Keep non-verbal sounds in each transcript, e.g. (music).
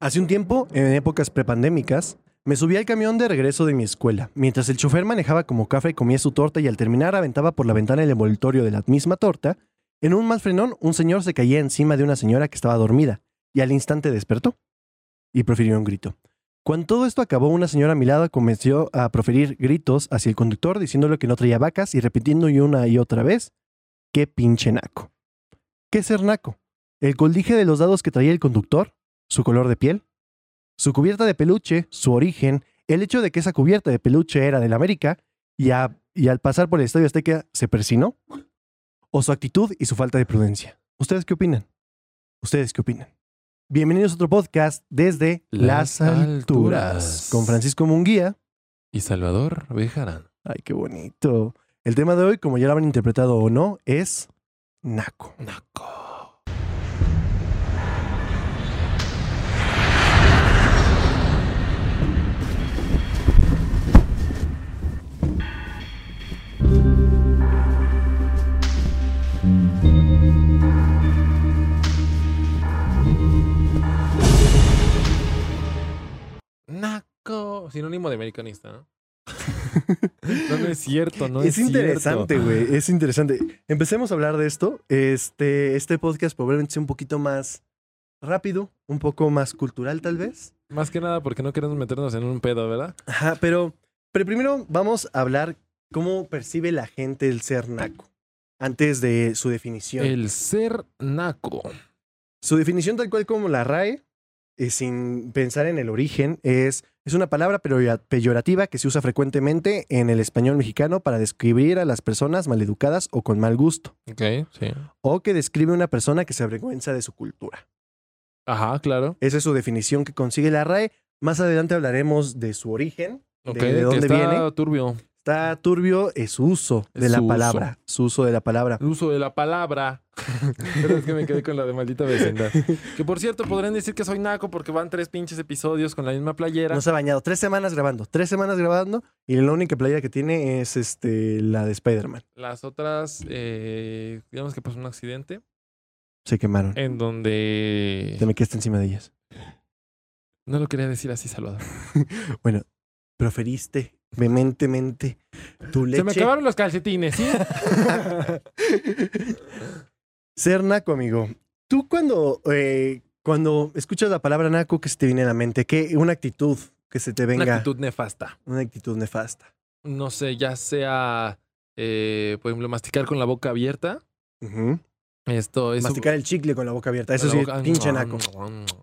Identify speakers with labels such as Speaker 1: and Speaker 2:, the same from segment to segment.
Speaker 1: Hace un tiempo, en épocas prepandémicas, me subí al camión de regreso de mi escuela, mientras el chofer manejaba como café comía su torta y al terminar aventaba por la ventana el envoltorio de la misma torta, en un mal frenón un señor se caía encima de una señora que estaba dormida y al instante despertó y profirió un grito. Cuando todo esto acabó, una señora a mi lado comenzó a proferir gritos hacia el conductor diciéndole que no traía vacas y repitiendo y una y otra vez, ¡qué pinche naco! ¿Qué ser naco? ¿El coldije de los dados que traía el conductor? ¿Su color de piel? su cubierta de peluche, su origen, el hecho de que esa cubierta de peluche era del América y, a- y al pasar por el Estadio Azteca se persinó, o su actitud y su falta de prudencia. ¿Ustedes qué opinan? ¿Ustedes qué opinan? Bienvenidos a otro podcast desde las,
Speaker 2: Las
Speaker 1: alturas,
Speaker 2: Alturas.
Speaker 1: con Francisco Munguía.
Speaker 2: Y Salvador Bejarán.
Speaker 1: Ay, qué bonito. El tema de hoy, como ya lo habrán interpretado o no, es Naco.
Speaker 2: Naco. Naco. Sinónimo de
Speaker 1: (laughs)
Speaker 2: americanista, ¿no? no, no es cierto, no es,
Speaker 1: es
Speaker 2: cierto.
Speaker 1: interesante, güey. Es interesante. Empecemos a hablar de esto. Este, este podcast probablemente sea un poquito más rápido, un poco más cultural, tal vez.
Speaker 2: Más que nada porque no queremos meternos en un pedo, ¿verdad?
Speaker 1: Ajá, pero, pero primero vamos a hablar cómo percibe la gente el ser naco antes de su definición.
Speaker 2: El ser naco.
Speaker 1: Su definición, tal cual como la RAE, eh, sin pensar en el origen, es, es una palabra peroria- peyorativa que se usa frecuentemente en el español mexicano para describir a las personas maleducadas o con mal gusto.
Speaker 2: Ok, sí.
Speaker 1: o que describe una persona que se avergüenza de su cultura.
Speaker 2: Ajá, claro.
Speaker 1: Esa es su definición que consigue la RAE. Más adelante hablaremos de su origen,
Speaker 2: Ok,
Speaker 1: de, de
Speaker 2: que
Speaker 1: dónde
Speaker 2: está
Speaker 1: viene.
Speaker 2: turbio.
Speaker 1: Está turbio es su uso de
Speaker 2: Es
Speaker 1: la
Speaker 2: su
Speaker 1: palabra, su uso de la palabra.
Speaker 2: El uso de la palabra. (laughs) Pero es que me quedé con la de maldita vecindad. Que por cierto, podrían decir que soy naco porque van tres pinches episodios con la misma playera.
Speaker 1: No se ha bañado. Tres semanas grabando, tres semanas grabando y la única playa que tiene es este, la de Spider-Man.
Speaker 2: Las otras, eh, digamos que pasó un accidente
Speaker 1: Se quemaron. Te
Speaker 2: en donde...
Speaker 1: me quedaste encima de ellas.
Speaker 2: No lo quería decir así, Salvador.
Speaker 1: Bueno, proferiste vehementemente tu leche.
Speaker 2: Se me acabaron los
Speaker 1: (laughs)
Speaker 2: calcetines, ¿sí?
Speaker 1: (laughs) Ser naco, amigo. Tú cuando, eh, cuando escuchas la palabra naco, ¿qué se te viene a la mente? ¿Qué, una actitud que se te venga.
Speaker 2: Una actitud nefasta.
Speaker 1: Una actitud nefasta.
Speaker 2: no sé, ya sea, eh, por ejemplo, masticar con la boca abierta.
Speaker 1: Ujú.
Speaker 2: Esto es...
Speaker 1: Masticar el chicle con la boca abierta. Eso
Speaker 2: la
Speaker 1: sí, es
Speaker 2: boca-
Speaker 1: pinche naco.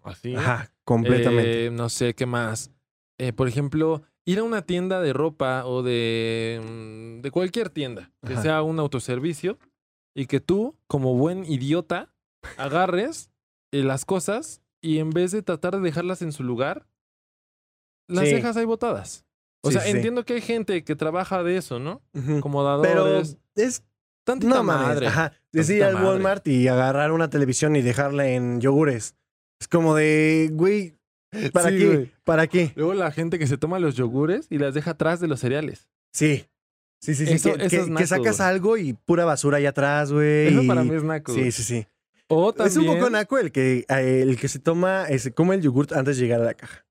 Speaker 2: Así.
Speaker 1: Ajá, completamente.
Speaker 2: Eh, no sé, ¿qué más? Eh, por ejemplo, ir a una tienda de ropa o de, mm, de cualquier tienda, que
Speaker 1: Ajá.
Speaker 2: sea un autoservicio, y que tú, como buen idiota, agarres eh, las cosas y en vez de tratar de dejarlas en su lugar, las
Speaker 1: Sí.
Speaker 2: dejas ahí botadas. O
Speaker 1: Sí,
Speaker 2: sea,
Speaker 1: sí, sí.
Speaker 2: entiendo que hay gente que trabaja de eso, ¿no?
Speaker 1: Ujú. Pero
Speaker 2: Acomodadores.
Speaker 1: es.
Speaker 2: Tantita
Speaker 1: No mames.
Speaker 2: madre.
Speaker 1: Ajá. Es ir
Speaker 2: Tantita
Speaker 1: al
Speaker 2: madre.
Speaker 1: Walmart y agarrar una televisión y dejarla en yogures. Es como de, güey, ¿para
Speaker 2: Sí,
Speaker 1: qué?
Speaker 2: güey.
Speaker 1: ¿Para qué?
Speaker 2: Luego la gente que se toma los yogures y las deja atrás de los cereales.
Speaker 1: Sí. Sí, sí, sí.
Speaker 2: Eso-
Speaker 1: que,
Speaker 2: eso
Speaker 1: que-
Speaker 2: es
Speaker 1: que
Speaker 2: naco,
Speaker 1: sacas
Speaker 2: güey.
Speaker 1: algo y pura basura allá atrás, güey.
Speaker 2: Eso
Speaker 1: y-
Speaker 2: para mí es naco.
Speaker 1: Sí,
Speaker 2: güey.
Speaker 1: sí, sí.
Speaker 2: O
Speaker 1: Es un
Speaker 2: también-
Speaker 1: poco naco el que, ah, el que se toma, eh, se come el yogurt antes de llegar a la caja.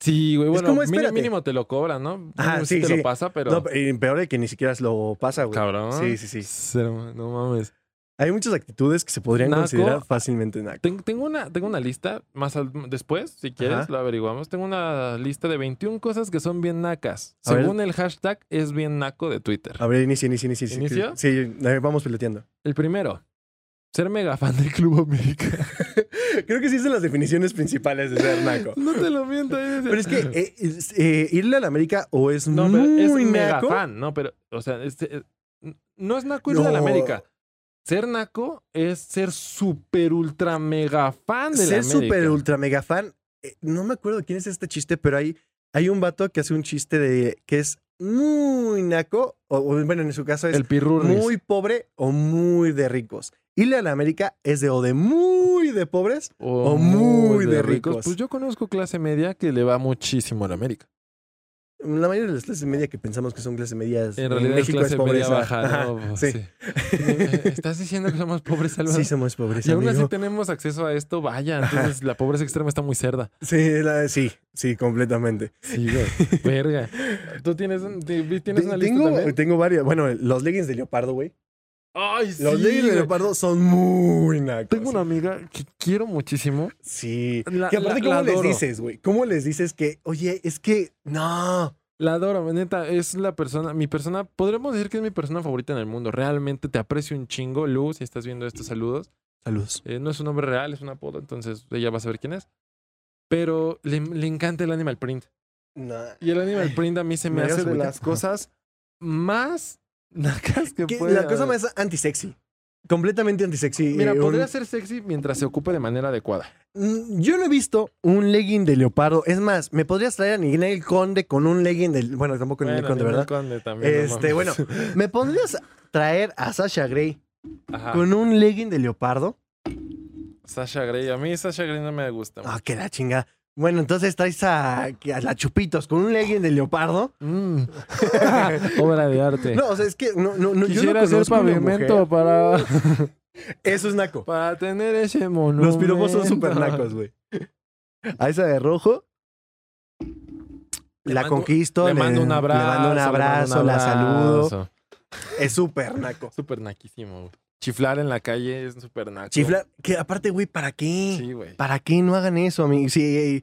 Speaker 2: Sí, güey,
Speaker 1: Es
Speaker 2: bueno,
Speaker 1: como,
Speaker 2: mínimo-
Speaker 1: espérate.
Speaker 2: mínimo te lo cobran, ¿no?
Speaker 1: Ajá,
Speaker 2: Mínimo
Speaker 1: sí,
Speaker 2: te
Speaker 1: sí.
Speaker 2: lo pasa, pero...
Speaker 1: No, eh, peor el que ni siquiera lo pasa, güey.
Speaker 2: cabrón.
Speaker 1: Sí, sí, sí.
Speaker 2: Ser- No mames.
Speaker 1: Hay muchas actitudes que se podrían
Speaker 2: Naco.
Speaker 1: considerar fácilmente naco.
Speaker 2: Ten- tengo, una, tengo una lista, más al- después, si quieres,
Speaker 1: Ajá.
Speaker 2: lo averiguamos. Tengo una lista de 21 cosas que son bien nacas.
Speaker 1: A ver.
Speaker 2: Según el hashtag, es bien naco de Twitter.
Speaker 1: A ver, inicia, inicia, inicia.
Speaker 2: ¿Inicio?
Speaker 1: Sí, eh, vamos piloteando.
Speaker 2: El primero, ser mega fan del Club América. (laughs)
Speaker 1: Creo que sí es de las definiciones principales de ser
Speaker 2: (laughs)
Speaker 1: naco.
Speaker 2: no te lo miento. es-
Speaker 1: Pero es que eh, es, eh, irle a la América o es
Speaker 2: No, pero
Speaker 1: muy
Speaker 2: es mega
Speaker 1: naco.
Speaker 2: fan, no, pero, o sea, este, eh, n- no es naco irle a la
Speaker 1: No.
Speaker 2: América. Ser naco es ser super ultra mega fan de la
Speaker 1: ser
Speaker 2: América.
Speaker 1: súper ultra mega fan. eh, no me acuerdo quién es este chiste, pero hay, hay un vato que hace un chiste de que es muy naco, o, o, bueno, en su caso es
Speaker 2: El pirurris.
Speaker 1: muy pobre o muy de ricos. Irle a la América es de o de muy de pobres. o muy de ricos.
Speaker 2: Pues yo conozco clase media que le va muchísimo a la América.
Speaker 1: La mayoría de las clases media que pensamos que son clases medias
Speaker 2: En realidad
Speaker 1: México
Speaker 2: es clase
Speaker 1: es
Speaker 2: media
Speaker 1: pobreza.
Speaker 2: baja.
Speaker 1: Ajá,
Speaker 2: ¿no? Pues,
Speaker 1: sí.
Speaker 2: sí.
Speaker 1: (laughs)
Speaker 2: Estás diciendo que somos pobres, Álvaro.
Speaker 1: Sí, somos pobres.
Speaker 2: y aún así
Speaker 1: amigo.
Speaker 2: tenemos acceso a esto, vaya.
Speaker 1: (laughs)
Speaker 2: Entonces la pobreza extrema está muy cerda.
Speaker 1: Sí, la- sí, sí, completamente.
Speaker 2: Sí, güey. Verga. ¿Tú tienes, un- te- vi- tienes
Speaker 1: Te-
Speaker 2: una lista
Speaker 1: tengo,
Speaker 2: también?
Speaker 1: tengo varias. Bueno, los leggings de leopardo, güey.
Speaker 2: Ay, sí.
Speaker 1: Los leggings de
Speaker 2: güey.
Speaker 1: leopardo son muy nacos.
Speaker 2: Tengo una amiga que quiero muchísimo.
Speaker 1: Sí.
Speaker 2: La-
Speaker 1: que aparte,
Speaker 2: la-
Speaker 1: ¿cómo
Speaker 2: la
Speaker 1: les
Speaker 2: adoro.
Speaker 1: dices, güey? ¿Cómo les dices que, oye, es que no?
Speaker 2: La adoro, neta. Es la persona, mi persona, podremos decir que es mi persona favorita en el mundo. Realmente te aprecio un chingo, Lu, si estás viendo estos saludos.
Speaker 1: Saludos.
Speaker 2: Eh, no es un nombre real, es un apodo, entonces ella va a saber quién es. Pero le, le encanta el animal print.
Speaker 1: No.
Speaker 2: Y el animal print a
Speaker 1: (laughs)
Speaker 2: mí se me
Speaker 1: ¿Me
Speaker 2: hace
Speaker 1: llevas
Speaker 2: de
Speaker 1: agüita?
Speaker 2: las
Speaker 1: Ajá.
Speaker 2: cosas más (laughs) nacas que
Speaker 1: Que
Speaker 2: puede
Speaker 1: la cosa
Speaker 2: haber.
Speaker 1: más antisexy. Completamente antisexy.
Speaker 2: Mira,
Speaker 1: eh, un-
Speaker 2: podría ser sexy mientras se ocupe de manera adecuada.
Speaker 1: Mm, Yo no he visto un legging de leopardo. Es más, me podrías traer a Ninel Conde con un legging del. Bueno, tampoco Ninel
Speaker 2: Bueno,
Speaker 1: Conde,
Speaker 2: Ninel
Speaker 1: ¿verdad?
Speaker 2: Conde también, no
Speaker 1: Este,
Speaker 2: mames.
Speaker 1: bueno. ¿Me podrías traer a Sasha Grey
Speaker 2: (laughs) Ajá.
Speaker 1: con un legging de leopardo?
Speaker 2: Sasha Grey. A mí Sasha Grey no me gusta.
Speaker 1: Ah, que la chingada. Bueno, entonces traes a, a la Chupitos con un legging de leopardo.
Speaker 2: Mm. (laughs) Obra de arte.
Speaker 1: No, o sea, es que no, no, no, yo no
Speaker 2: Quisiera hacer
Speaker 1: conozco una
Speaker 2: pavimento para, (laughs)
Speaker 1: mujer. Eso es naco.
Speaker 2: para tener ese monumento.
Speaker 1: Los piropos son super nacos, güey. A esa de rojo.
Speaker 2: Le
Speaker 1: la
Speaker 2: mando-
Speaker 1: conquisto.
Speaker 2: Le mando un abrazo.
Speaker 1: Le mando un abrazo,
Speaker 2: le mando un
Speaker 1: la saludo.
Speaker 2: abrazo.
Speaker 1: Es súper naco.
Speaker 2: Súper naquísimo. güey. Chiflar en la calle es súper naco.
Speaker 1: Chiflar. Que aparte, güey, ¿para qué?
Speaker 2: Sí, güey.
Speaker 1: ¿Para qué no hagan eso, amigo? Sí,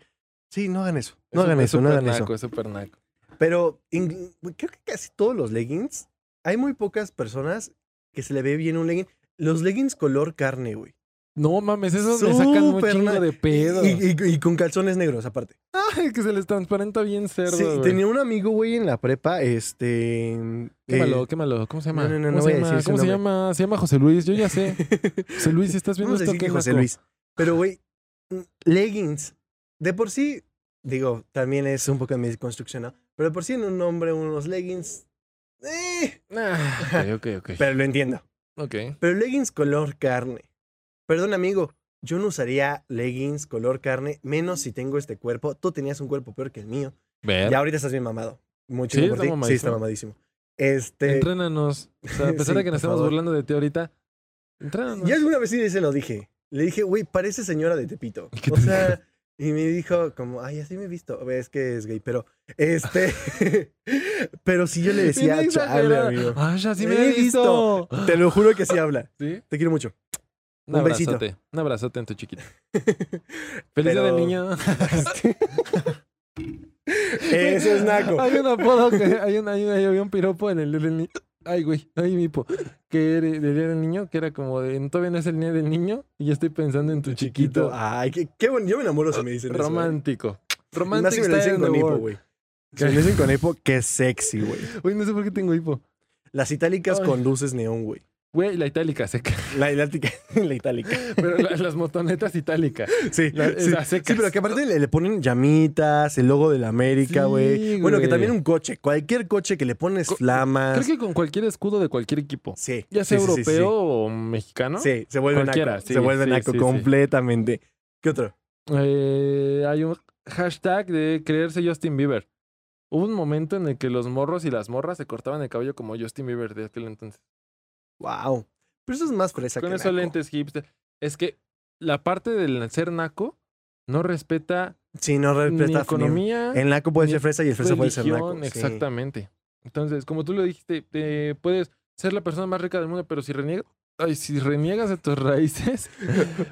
Speaker 1: sí, no hagan eso. No
Speaker 2: Es
Speaker 1: hagan
Speaker 2: súper-
Speaker 1: eso, no
Speaker 2: súper
Speaker 1: hagan eso.
Speaker 2: naco, Es súper naco.
Speaker 1: Pero en- creo que casi todos los leggings, hay muy pocas personas que se le ve bien un legging. Los leggings color carne, güey.
Speaker 2: No mames, esos me sacan un
Speaker 1: Súper
Speaker 2: chingo
Speaker 1: naco.
Speaker 2: de pedo.
Speaker 1: Y, y- y con calzones negros, aparte.
Speaker 2: (laughs) Ay, que se les transparenta bien cerdo.
Speaker 1: Sí,
Speaker 2: güey.
Speaker 1: tenía un amigo, güey, en la prepa, este...
Speaker 2: Quémalo, (laughs)
Speaker 1: eh,
Speaker 2: quémalo. ¿Cómo se llama?
Speaker 1: no, no, no,
Speaker 2: ¿Cómo
Speaker 1: no voy
Speaker 2: se
Speaker 1: a
Speaker 2: llama?
Speaker 1: decir su
Speaker 2: ¿Cómo se
Speaker 1: nombre.
Speaker 2: llama? Se llama José Luis, yo ya sé. José Luis, si estás viendo
Speaker 1: Vamos a
Speaker 2: esto,
Speaker 1: decir que
Speaker 2: qué
Speaker 1: José
Speaker 2: naco.
Speaker 1: Luis. Pero, güey, mm, leggings, de por sí, digo, también es un poco de mi construcción, ¿no? Pero de por sí en un hombre unos leggings... eh,
Speaker 2: Ah, ok, ok, ok.
Speaker 1: pero lo entiendo.
Speaker 2: Ok.
Speaker 1: Pero leggings color carne. Perdón, amigo, yo no usaría leggings color carne, menos si tengo este cuerpo. Tú tenías un cuerpo peor que el mío.
Speaker 2: Ver.
Speaker 1: Ya ahorita estás bien mamado. Mucho
Speaker 2: Sí,
Speaker 1: por
Speaker 2: está
Speaker 1: ti. Sí,
Speaker 2: mamadísimo.
Speaker 1: está mamadísimo. Este,
Speaker 2: Entrénanos. O sea, a
Speaker 1: (laughs)
Speaker 2: pesar
Speaker 1: Sí,
Speaker 2: de que
Speaker 1: por
Speaker 2: nos estamos
Speaker 1: favor.
Speaker 2: burlando de ti ahorita, entrénanos.
Speaker 1: yo alguna vez sí se lo dije. Le dije, güey, parece señora de Tepito.
Speaker 2: ¿Y qué
Speaker 1: O
Speaker 2: te
Speaker 1: sea, y me dijo como, ay, así me he visto. A ver, Es que es gay, pero este... (laughs) pero si yo le decía,
Speaker 2: Bien
Speaker 1: chale,
Speaker 2: exagerado.
Speaker 1: amigo.
Speaker 2: Ay, así me
Speaker 1: He
Speaker 2: he visto.
Speaker 1: Te lo juro que sí habla.
Speaker 2: ¿Sí?
Speaker 1: Te quiero
Speaker 2: (laughs)
Speaker 1: mucho.
Speaker 2: Un,
Speaker 1: Un besito.
Speaker 2: abrazote. Un abrazote en tu
Speaker 1: (laughs)
Speaker 2: chiquito. Feliz día
Speaker 1: Pero-
Speaker 2: del niño.
Speaker 1: Eso es naco.
Speaker 2: (laughs) Hay un apodo que hay un, hay un, hay un piropo en el día del niño. Ay, güey, ay, mi po. Que era del día del niño, que era como de todavía no es el día del niño y ya estoy pensando en tu chiquito.
Speaker 1: Ay, qué, qué bueno. Yo me enamoro si me dicen eso, ¿eh?
Speaker 2: Romántico.
Speaker 1: Y Más si
Speaker 2: Romántico.
Speaker 1: me lo
Speaker 2: está
Speaker 1: dicen
Speaker 2: en the
Speaker 1: con hipo,
Speaker 2: world. (laughs)
Speaker 1: güey. Si me lo dicen con hipo, qué sexy, güey.
Speaker 2: Uy, no sé por qué tengo hipo.
Speaker 1: Las itálicas
Speaker 2: Ay.
Speaker 1: con luces neón, güey.
Speaker 2: Güey, la itálica seca. (laughs)
Speaker 1: La, la, la itálica. (laughs)
Speaker 2: Pero la- las motonetas itálicas.
Speaker 1: Sí,
Speaker 2: La-
Speaker 1: sí.
Speaker 2: las secas.
Speaker 1: Sí, pero que aparte le, le ponen llamitas, el logo de la América,
Speaker 2: Sí,
Speaker 1: güey. bueno, que
Speaker 2: güey.
Speaker 1: también un coche. Cualquier coche que le pones
Speaker 2: Co-
Speaker 1: flamas.
Speaker 2: Creo que con cualquier escudo de cualquier equipo.
Speaker 1: Sí.
Speaker 2: Ya sea
Speaker 1: sí, sí, sí,
Speaker 2: europeo
Speaker 1: sí.
Speaker 2: o mexicano.
Speaker 1: Sí, se vuelve
Speaker 2: Cualquiera,
Speaker 1: naco.
Speaker 2: sí,
Speaker 1: se vuelve
Speaker 2: sí,
Speaker 1: naco
Speaker 2: sí, sí.
Speaker 1: completamente. ¿Qué otro?
Speaker 2: Eh, hay un hashtag de creerse Justin Bieber. Hubo un momento en el que los morros y las morras se cortaban el cabello como Justin Bieber de aquel entonces.
Speaker 1: Wow. Pero eso es más fresa
Speaker 2: Con
Speaker 1: que
Speaker 2: esos
Speaker 1: naco.
Speaker 2: lentes hipster. Es que la parte del ser naco no respeta
Speaker 1: Sí, no
Speaker 2: ni
Speaker 1: respeta
Speaker 2: economía,
Speaker 1: El naco puede
Speaker 2: ni
Speaker 1: ser fresa y el fresa puede ser naco.
Speaker 2: religión,
Speaker 1: sí.
Speaker 2: exactamente. Entonces, como tú lo dijiste, te- puedes ser la persona más rica del mundo, pero si reniegas, ay, si reniegas de tus
Speaker 1: (laughs)
Speaker 2: (laughs) raíces,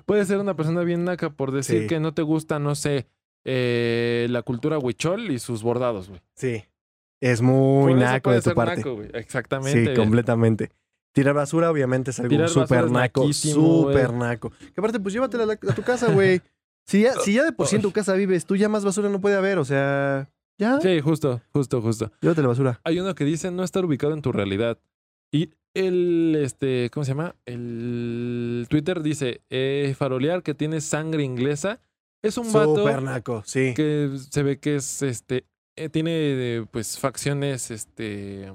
Speaker 2: puedes ser una persona bien naca por decir
Speaker 1: Sí.
Speaker 2: que no te gusta, no sé, eh, la cultura huichol y sus bordados, güey.
Speaker 1: Sí. Es muy
Speaker 2: Por eso
Speaker 1: naco de
Speaker 2: puedes
Speaker 1: tu
Speaker 2: ser
Speaker 1: parte.
Speaker 2: naco, güey.
Speaker 1: Sí,
Speaker 2: Exactamente. bien.
Speaker 1: completamente. Tirar basura, obviamente, es algo
Speaker 2: Tirar basura
Speaker 1: súper
Speaker 2: es
Speaker 1: naco.
Speaker 2: naquísimo,
Speaker 1: Súper
Speaker 2: güey.
Speaker 1: naco. Que aparte, pues llévatela a, la- a tu casa,
Speaker 2: (laughs)
Speaker 1: güey. Si ya, si ya de por sí en tu casa vives, tú ya más basura no puede haber. O sea, ya,
Speaker 2: Sí, justo, justo, justo.
Speaker 1: llévate la basura.
Speaker 2: Hay uno que dice no estar ubicado en tu realidad. Y el, este, ¿cómo se llama? El Twitter dice, eh, farolear que tiene sangre inglesa. Es un vato
Speaker 1: Súper naco, sí.
Speaker 2: que se ve que es, este, eh, tiene, eh, pues, facciones, este,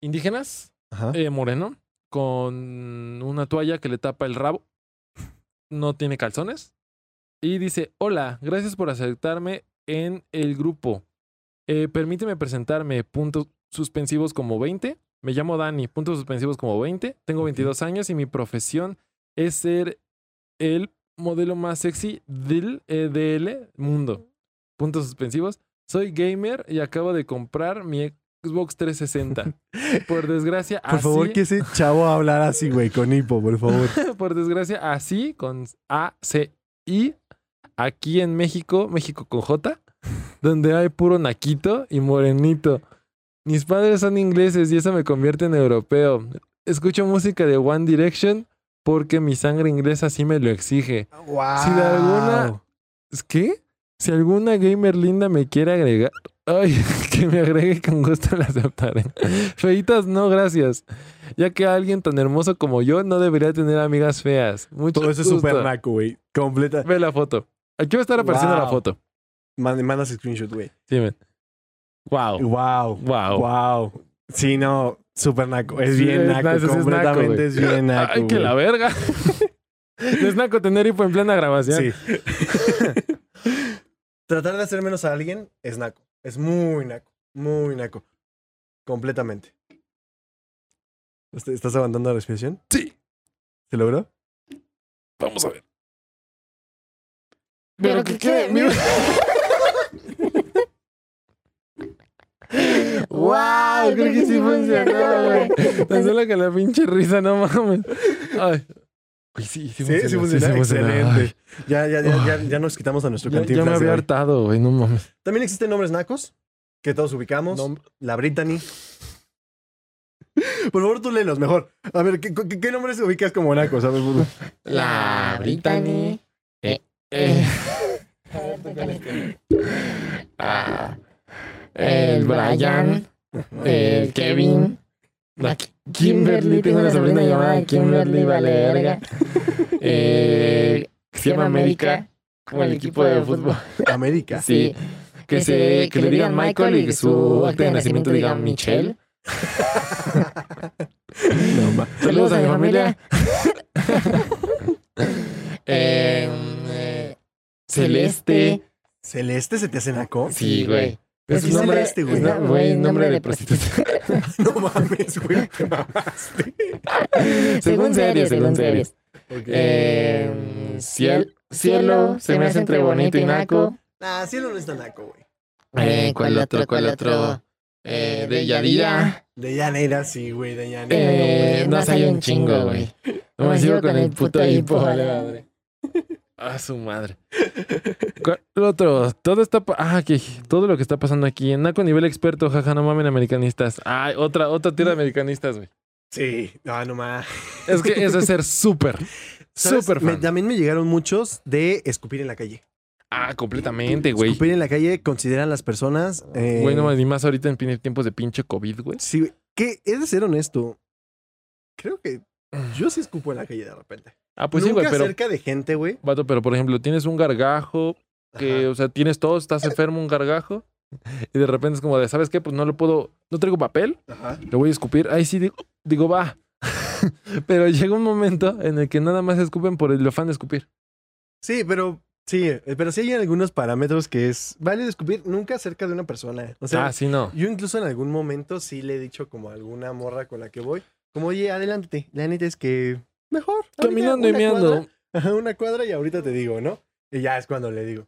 Speaker 2: indígenas,
Speaker 1: Ajá.
Speaker 2: eh, moreno, con una toalla que le tapa el rabo. No tiene calzones. Y dice, hola, gracias por aceptarme en el grupo. Eh, permíteme presentarme, puntos suspensivos como 20. Me llamo Dani, puntos suspensivos como 20. Tengo
Speaker 1: Ok.
Speaker 2: 22 años y mi profesión es ser el modelo más sexy del EDL mundo. Puntos suspensivos. Soy gamer y acabo de comprar mi Xbox 360.
Speaker 1: (laughs)
Speaker 2: Por desgracia,
Speaker 1: Por favor,
Speaker 2: así-
Speaker 1: que ese chavo hablar así, güey, con hipo, por
Speaker 2: (laughs)
Speaker 1: favor.
Speaker 2: por desgracia, así con A-C-I, aquí en México, México con
Speaker 1: (laughs)
Speaker 2: J, donde hay puro naquito y morenito. Mis padres son ingleses y eso me convierte en europeo. Escucho música de One Direction porque mi sangre inglesa sí me lo exige. Si de alguna- ¿Es ¿Qué? Si alguna gamer linda me quiere agregar. Ay, (laughs) que me agregue con gusto la aceptaré. (laughs) Feitas, no, gracias. Ya que alguien tan hermoso como yo no debería tener amigas feas. Mucho
Speaker 1: Todo eso es
Speaker 2: gusto.
Speaker 1: súper naco, güey. Completa.
Speaker 2: Ve la foto. Aquí va a estar apareciendo la
Speaker 1: Wow.
Speaker 2: foto.
Speaker 1: Man- Mandas screenshot, güey.
Speaker 2: Dime. Wow.
Speaker 1: Wow.
Speaker 2: Wow.
Speaker 1: Wow. Sí, no, súper naco. Es
Speaker 2: Sí,
Speaker 1: bien
Speaker 2: es
Speaker 1: naco.
Speaker 2: naco, sí es naco,
Speaker 1: completamente
Speaker 2: güey.
Speaker 1: es bien naco.
Speaker 2: (laughs) Ay, que
Speaker 1: güey.
Speaker 2: la verga. (laughs) es naco tener hipo en plena grabación.
Speaker 1: Sí. (laughs) Tratar de hacer menos a alguien es naco. Es muy naco. Muy naco. Completamente. ¿Est- ¿Estás aguantando la respiración?
Speaker 2: Sí.
Speaker 1: ¿Se logró?
Speaker 2: Vamos a ver.
Speaker 3: Pero que quede bien.
Speaker 2: (laughs) ¡Wow! Creo que sí funcionó, güey. Tan solo que la pinche risa, no mames. Ay. Uy, sí, sí,
Speaker 1: Sí, sí
Speaker 2: funcionó,
Speaker 1: funciona.
Speaker 2: funcionó.
Speaker 1: Excelente. Ya, ya, ya,
Speaker 2: Ay.
Speaker 1: ya, ya nos quitamos a nuestro
Speaker 2: Ay, Ya, ya
Speaker 1: cantinflas
Speaker 2: me
Speaker 1: de
Speaker 2: había
Speaker 1: hoy.
Speaker 2: hartado, güey, no mames.
Speaker 1: También existen nombres nacos que todos ubicamos.
Speaker 2: No,
Speaker 1: La Brittany. (laughs) Por favor, tú léelos mejor. A ver, ¿qué, qué, qué nombres ubicas como nacos?
Speaker 2: (laughs)
Speaker 1: A ver, por favor.
Speaker 3: La Brittany.
Speaker 2: eh.
Speaker 3: Ah, el Brian. (laughs) El Kevin. La Kimberly. Tengo una sobrina llamada Kimberly Valerga. (laughs) Eh, que se llama América. Como el equipo de fútbol.
Speaker 1: América.
Speaker 3: (laughs) Sí. Que, se, que le digan Michael y que su acta de nacimiento diga Michelle.
Speaker 1: No, ma-
Speaker 3: (laughs) Saludos a mi familia. (laughs) Eh, eh, Celeste.
Speaker 1: ¿Celeste se te hace naco?
Speaker 3: Sí, güey. Pues
Speaker 1: Es
Speaker 3: un
Speaker 1: que
Speaker 3: (laughs) nombre-
Speaker 1: Celeste, güey.
Speaker 3: es na- Güey, nombre de prostituta.
Speaker 1: (laughs) No mames, güey. Te mamaste.
Speaker 3: según series, según series.
Speaker 1: Ok.
Speaker 3: Eh, ciel- cielo, se me hace entre bonito y naco.
Speaker 1: Nah, cielo no está naco, güey.
Speaker 3: Eh, ¿Cuál otro, cuál otro? Eh, de Yadira.
Speaker 1: De Llanera, sí, güey, de Llanera.
Speaker 3: Eh, no hay un chingo, güey. No me sigo con el puto hipo, vale madre.
Speaker 2: A su madre.
Speaker 3: (laughs)
Speaker 2: ¿Cuál otro? Todo está. pa- Ah, que todo lo que está pasando aquí. En Naco nivel experto, jaja, no mamen americanistas. Ay, otra, otra tira de americanistas, güey.
Speaker 1: Sí, no, no más.
Speaker 2: Es que eso es ser súper,
Speaker 1: ¿Sabes?
Speaker 2: súper
Speaker 1: Me-
Speaker 2: fan.
Speaker 1: También me llegaron muchos de escupir en la calle.
Speaker 2: Ah, completamente, güey. Ah,
Speaker 1: Escupir en la calle consideran las personas. eh,
Speaker 2: Güey, no más, ni más ahorita en pin- tiempos de pinche COVID, güey.
Speaker 1: Sí, güey. que he de ser honesto. Creo que yo sí escupo en la calle de repente.
Speaker 2: Ah, pues sí,
Speaker 1: Nunca
Speaker 2: güey, pero.
Speaker 1: cerca de gente, güey.
Speaker 2: Vato, pero por ejemplo, tienes un gargajo, que,
Speaker 1: Ajá.
Speaker 2: o sea, tienes
Speaker 1: (laughs)
Speaker 2: todo, estás enfermo, un gargajo, y de repente es como de, ¿sabes qué? Pues no lo puedo, no traigo papel,
Speaker 1: Ajá.
Speaker 2: Lo voy a escupir. Ahí sí digo, digo, va. (laughs) Pero llega un momento en el que nada más escupen por el afán de escupir.
Speaker 1: Sí, pero sí, eh, pero sí hay algunos parámetros que es válido escupir nunca cerca de una persona. O sea,
Speaker 2: ah, sí, no.
Speaker 1: yo incluso en algún momento sí le he dicho como a alguna morra con la que voy, como, oye, adelante. La neta es que mejor. ahorita
Speaker 2: Caminando y
Speaker 1: una cuadra".
Speaker 2: meando.
Speaker 1: Ajá, una cuadra y ahorita te digo, ¿no? Y ya es cuando le digo.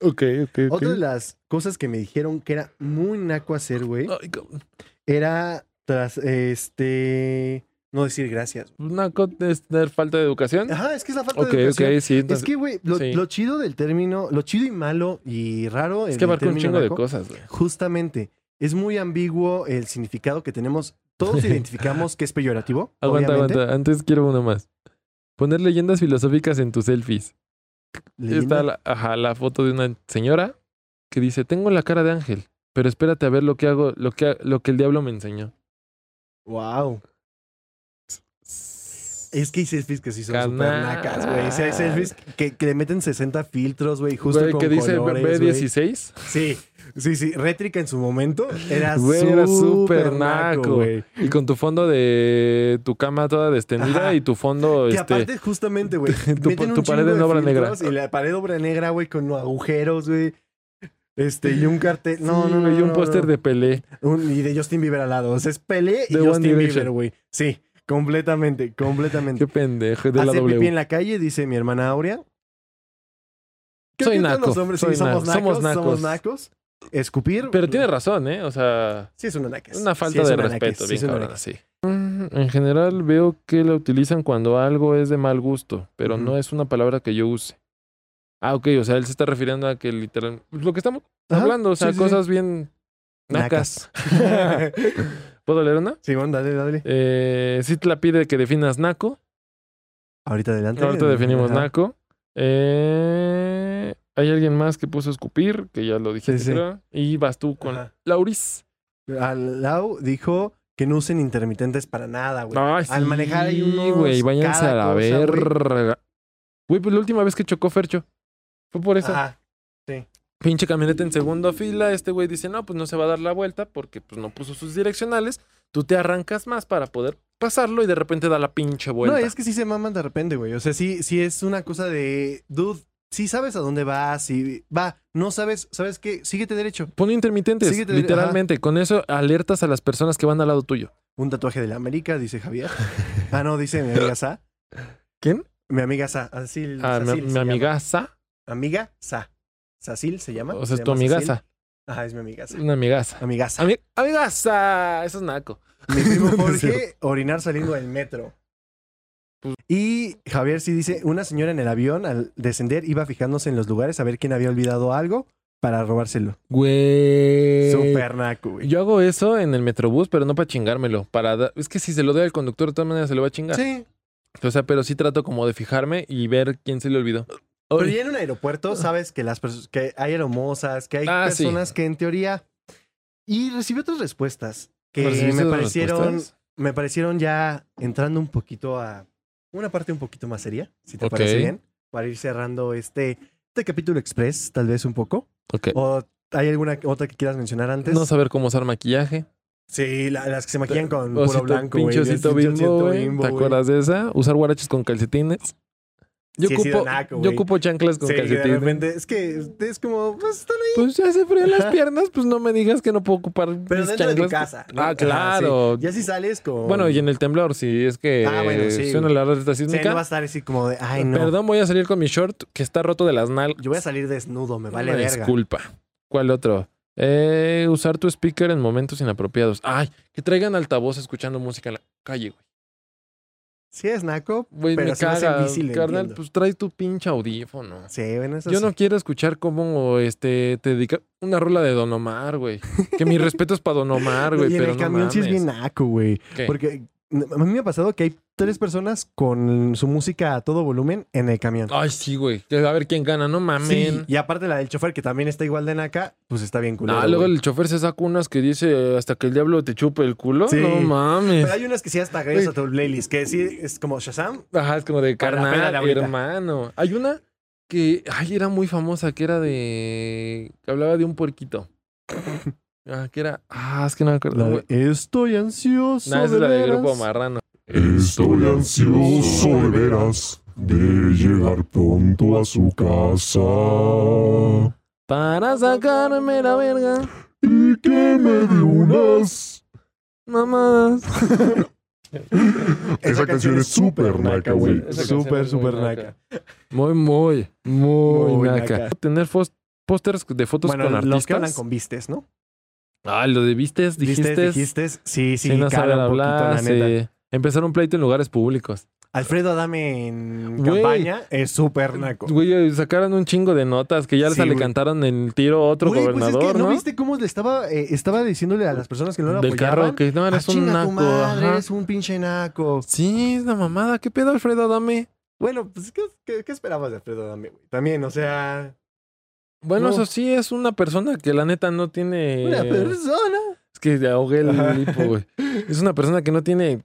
Speaker 2: Ok, ok,
Speaker 1: Otra de las cosas que me dijeron que era muy naco hacer, güey,
Speaker 2: Ay, cabrón.
Speaker 1: era tras, este, no decir gracias.
Speaker 2: Una cosa es tener falta de educación.
Speaker 1: Ajá, es que es la falta
Speaker 2: Ok,
Speaker 1: de educación.
Speaker 2: ok, sí. entonces-
Speaker 1: Es que, güey, lo,
Speaker 2: sí.
Speaker 1: lo chido del término, lo chido y malo y raro
Speaker 2: es
Speaker 1: el
Speaker 2: que abarca un
Speaker 1: término
Speaker 2: chingo de
Speaker 1: naco,
Speaker 2: cosas, güey.
Speaker 1: Justamente, es muy ambiguo el significado que tenemos.
Speaker 2: (laughs)
Speaker 1: Todos identificamos que es peyorativo,
Speaker 2: Aguanta,
Speaker 1: obviamente.
Speaker 2: aguanta. Antes quiero uno más. Poner leyendas filosóficas en tus selfies.
Speaker 1: Leyenda.
Speaker 2: Está la, ajá, la foto de una señora que dice, tengo la cara de ángel, pero espérate a ver lo que hago, lo que, lo que el diablo me enseñó.
Speaker 1: Wow. Es que hay selfies que sí son súper
Speaker 2: Canal.
Speaker 1: nacas, güey. Sí, hay selfies que, que le meten 60 filtros, güey, justo
Speaker 2: Güey,
Speaker 1: con
Speaker 2: que dice
Speaker 1: colores, güey.
Speaker 2: B16.
Speaker 1: Sí, sí, sí. Rétrica en su momento era
Speaker 2: Güey,
Speaker 1: súper
Speaker 2: era súper
Speaker 1: naco,
Speaker 2: naco.
Speaker 1: güey.
Speaker 2: Y con tu fondo de tu cama toda destendida
Speaker 1: Ajá.
Speaker 2: y tu fondo,
Speaker 1: Que
Speaker 2: este.
Speaker 1: aparte, justamente, güey.
Speaker 2: (laughs) tu-
Speaker 1: meten un
Speaker 2: tu pared
Speaker 1: chingo
Speaker 2: en obra negra.
Speaker 1: filtros Y la pared de obra negra, güey, con agujeros, güey. Este, y un cartel. No, no, no.
Speaker 2: Y un
Speaker 1: no,
Speaker 2: póster
Speaker 1: no.
Speaker 2: de Pelé.
Speaker 1: Un- y de Justin Bieber al lado. O sea, es Pelé y
Speaker 2: De One
Speaker 1: Justin
Speaker 2: Direction.
Speaker 1: Bieber, güey. Sí, completamente, completamente.
Speaker 2: Qué pendejo, de la
Speaker 1: Hacer pipí en
Speaker 2: W.
Speaker 1: la calle, dice mi hermana Aurea.
Speaker 2: Soy
Speaker 1: que todos
Speaker 2: naco,
Speaker 1: Los hombres sí,
Speaker 2: soy
Speaker 1: somos,
Speaker 2: naco,
Speaker 1: nacos,
Speaker 2: somos
Speaker 1: somos nacos.
Speaker 2: nacos.
Speaker 1: Escupir. mm,
Speaker 2: Pero tiene razón, ¿eh? O sea,
Speaker 1: Sí, es una naca.
Speaker 2: una falta de respeto, bien cabrona, sí. Mm, En general veo que la utilizan cuando algo es de mal gusto, pero
Speaker 1: Ujú.
Speaker 2: no es una palabra que yo use. Ah, ok, o sea, él se está refiriendo a que literal... pues, Lo que estamos
Speaker 1: Ajá,
Speaker 2: hablando, o sea,
Speaker 1: sí, sí, sí.
Speaker 2: cosas bien nacas. (laughs) ¿Puedo leer una?
Speaker 1: sí, bueno, dale, dale.
Speaker 2: Eh, la pide que definas naco.
Speaker 1: Ahorita adelante.
Speaker 2: Ahorita definimos
Speaker 1: Ajá.
Speaker 2: naco. Eh, Hay alguien más que puso escupir, que ya lo dije.
Speaker 1: Sí, sí.
Speaker 2: Y vas tú con
Speaker 1: Ajá.
Speaker 2: Lauris.
Speaker 1: Al Lau dijo que no usen intermitentes para nada, güey.
Speaker 2: Ay,
Speaker 1: al manejar hay unos
Speaker 2: güey, váyanse a
Speaker 1: cada
Speaker 2: la
Speaker 1: cosa, güey.
Speaker 2: verga. Güey, pues la última vez que chocó Fercho fue por eso.
Speaker 1: Ajá.
Speaker 2: Pinche camioneta en segunda fila. Este güey dice, no, pues no se va a dar la vuelta porque pues no puso sus direccionales. Tú te arrancas más para poder pasarlo y de repente da la pinche vuelta.
Speaker 1: No, es que sí se maman de repente, güey. O sea, sí, sí es una cosa de. Dude, sí sabes a dónde vas y va. No sabes, ¿sabes qué? Síguete derecho.
Speaker 2: Pon intermitentes,
Speaker 1: Síguete, ajá.
Speaker 2: literalmente. Con eso alertas a las personas que van al lado tuyo.
Speaker 1: Un tatuaje de la América, dice Javier. ah, no, dice mi amiga Sa.
Speaker 2: ¿Quién?
Speaker 1: Mi amiga Sa. Asil,
Speaker 2: Ah, mi,
Speaker 1: Sasil
Speaker 2: mi
Speaker 1: se llama.
Speaker 2: amigaza.
Speaker 1: Amiga Sa. Sasil se llama.
Speaker 2: O sea,
Speaker 1: se
Speaker 2: es tu Mm.
Speaker 1: llama Sasil.
Speaker 2: amigaza.
Speaker 1: Ajá, es mi amigaza.
Speaker 2: Una amigaza.
Speaker 1: Amigaza.
Speaker 2: Ami- amigaza. Eso es naco.
Speaker 1: Mi primo
Speaker 2: Ah, (laughs) No, no es
Speaker 1: Jorge, orinar saliendo del metro.
Speaker 2: Pues-
Speaker 1: Y Javier sí dice, una señora en el avión al descender iba fijándose en los lugares a ver quién había olvidado algo para robárselo.
Speaker 2: Güey.
Speaker 1: Super naco, güey.
Speaker 2: Yo hago eso en el metrobús, pero no para chingármelo. Para da- Es que si se lo doy al conductor, de todas maneras se lo va a chingar.
Speaker 1: Sí,
Speaker 2: O sea, pero sí trato como de fijarme y ver quién se le olvidó.
Speaker 1: pero ya en un aeropuerto sabes que las perso- que hay hermosas, que hay
Speaker 2: Ah, sí.
Speaker 1: personas que en teoría y recibí otras respuestas que
Speaker 2: ¿Recibiste
Speaker 1: me
Speaker 2: las
Speaker 1: parecieron
Speaker 2: respuestas?
Speaker 1: me parecieron ya entrando un poquito a una parte un poquito más seria, si te
Speaker 2: Ok.
Speaker 1: parece bien, para ir cerrando este este capítulo express tal vez un poco.
Speaker 2: Ok.
Speaker 1: ¿O hay alguna otra que quieras mencionar antes?
Speaker 2: No saber cómo usar maquillaje.
Speaker 1: Sí, la- las que se maquillan con puro
Speaker 2: Osito,
Speaker 1: blanco, güey.
Speaker 2: pinche osito
Speaker 1: Yo
Speaker 2: bimbo,
Speaker 1: siento
Speaker 2: güey.
Speaker 1: bimbo,
Speaker 2: ¿Te
Speaker 1: güey.
Speaker 2: acuerdas de esa? Usar guaraches con calcetines. Yo,
Speaker 1: Sí, he sido
Speaker 2: ocupo,
Speaker 1: naco,
Speaker 2: yo
Speaker 1: güey.
Speaker 2: ocupo chanclas con
Speaker 1: Sí, de
Speaker 2: calcetines.
Speaker 1: repente, es que es como, pues están ahí.
Speaker 2: Pues ya se frían
Speaker 1: (laughs)
Speaker 2: las piernas, pues no me digas que no puedo ocupar
Speaker 1: Pero
Speaker 2: mis
Speaker 1: dentro de tu
Speaker 2: chanclas.
Speaker 1: casa. ¿no?
Speaker 2: Ah,
Speaker 1: Ajá,
Speaker 2: claro.
Speaker 1: sí. Ya si sales con.
Speaker 2: Bueno, y en el temblor, si es que
Speaker 1: Ah, bueno, sí,
Speaker 2: suena
Speaker 1: güey.
Speaker 2: la alerta
Speaker 1: Sí, no va a
Speaker 2: sísmica.
Speaker 1: estar así como de, ay, no.
Speaker 2: Perdón, voy a salir con mi short que está roto de las nalgas.
Speaker 1: Yo voy a salir desnudo, me vale
Speaker 2: Una
Speaker 1: verga.
Speaker 2: Disculpa. ¿Cuál otro? Eh, usar tu speaker en momentos inapropiados. Ay, que traigan altavoz escuchando música en la calle, güey.
Speaker 1: Sí, es naco.
Speaker 2: Güey,
Speaker 1: Pero
Speaker 2: me
Speaker 1: se me hace
Speaker 2: caga.
Speaker 1: difícil,
Speaker 2: Carnal,
Speaker 1: entiendo.
Speaker 2: pues trae tu pinche audífono.
Speaker 1: Sí, bueno, eso
Speaker 2: Yo
Speaker 1: sí.
Speaker 2: no quiero escuchar cómo este, te dedica una rola de Don Omar, güey. Que mi respeto es para Don Omar,
Speaker 1: (laughs)
Speaker 2: güey.
Speaker 1: Y en
Speaker 2: pero
Speaker 1: el
Speaker 2: no
Speaker 1: camión sí es
Speaker 2: mames.
Speaker 1: bien naco, güey.
Speaker 2: ¿Qué?
Speaker 1: Porque a mí me ha pasado que hay tres personas con su música a todo volumen en el camión.
Speaker 2: Ay, sí, güey. Que A ver quién gana, no mamen.
Speaker 1: Sí, y aparte la del chofer, que también está igual de naca, pues está bien culero.
Speaker 2: Ah, luego
Speaker 1: güey.
Speaker 2: el chofer se saca unas que dice eh, hasta que el diablo te chupe el culo.
Speaker 1: Sí.
Speaker 2: No
Speaker 1: Pero
Speaker 2: mames.
Speaker 1: hay unas que sí hasta agregas a tu playlist, que sí es como Shazam.
Speaker 2: Ajá, es como de
Speaker 1: Para la peda de
Speaker 2: carnal,
Speaker 1: ahorita.
Speaker 2: hermano. Hay una que, ay, era muy famosa, que era de, que hablaba de un
Speaker 1: (laughs)
Speaker 2: puerquito. Ah, que era, ah, es que no me acuerdo.
Speaker 1: La de,
Speaker 2: güey.
Speaker 1: Estoy ansioso.
Speaker 2: No, esa es la del
Speaker 1: veras".
Speaker 2: grupo Marrano.
Speaker 4: Estoy ansioso de veras de llegar pronto a su casa
Speaker 2: Para sacarme la verga,
Speaker 4: y que me dé unas.
Speaker 2: mamadas.
Speaker 4: Esa canción es súper naca, güey.
Speaker 2: Esa canción
Speaker 1: Súper,
Speaker 2: es muy
Speaker 1: súper
Speaker 2: naca.
Speaker 1: naca.
Speaker 2: Muy, muy, muy,
Speaker 1: Muy
Speaker 2: naca.
Speaker 1: naca.
Speaker 2: Tener fos- pósters de fotos
Speaker 1: Bueno,
Speaker 2: con
Speaker 1: los
Speaker 2: artistas.
Speaker 1: que hablan con vistes, ¿no?
Speaker 2: Ah, lo de vistes, dijiste.
Speaker 1: Vistes, dijiste, sí, sí,
Speaker 2: sí, no
Speaker 1: cala
Speaker 2: saben
Speaker 1: un poquito,
Speaker 2: hablar,
Speaker 1: la neta.
Speaker 2: sí. Empezar un pleito en lugares públicos.
Speaker 1: Alfredo Adame en
Speaker 2: Güey.
Speaker 1: campaña es súper naco.
Speaker 2: Güey, eh, sacaron un chingo de notas que ya
Speaker 1: Sí,
Speaker 2: se le
Speaker 1: güey.
Speaker 2: cantaron el tiro a otro
Speaker 1: Güey, pues es
Speaker 2: gobernador,
Speaker 1: que, ¿no?
Speaker 2: ¿no?
Speaker 1: viste cómo le estaba, eh, estaba diciéndole a las personas que no lo
Speaker 2: Del carro,
Speaker 1: apoyaban?
Speaker 2: que no,
Speaker 1: "Ah,
Speaker 2: eres un
Speaker 1: chinga tu
Speaker 2: naco.
Speaker 1: madre,
Speaker 2: ajá.
Speaker 1: eres un pinche naco.
Speaker 2: Sí, es una mamada. ¿Qué pedo, Alfredo? Dame.
Speaker 1: Bueno, pues, ¿qué, qué, qué esperabas de Alfredo Adame, güey? También, o sea,
Speaker 2: Bueno,
Speaker 1: No.
Speaker 2: eso sí, es una persona que la neta no tiene...
Speaker 1: una persona.
Speaker 2: Es que le ahogué
Speaker 1: Ajá.
Speaker 2: el hipo, güey. Es una persona que no tiene...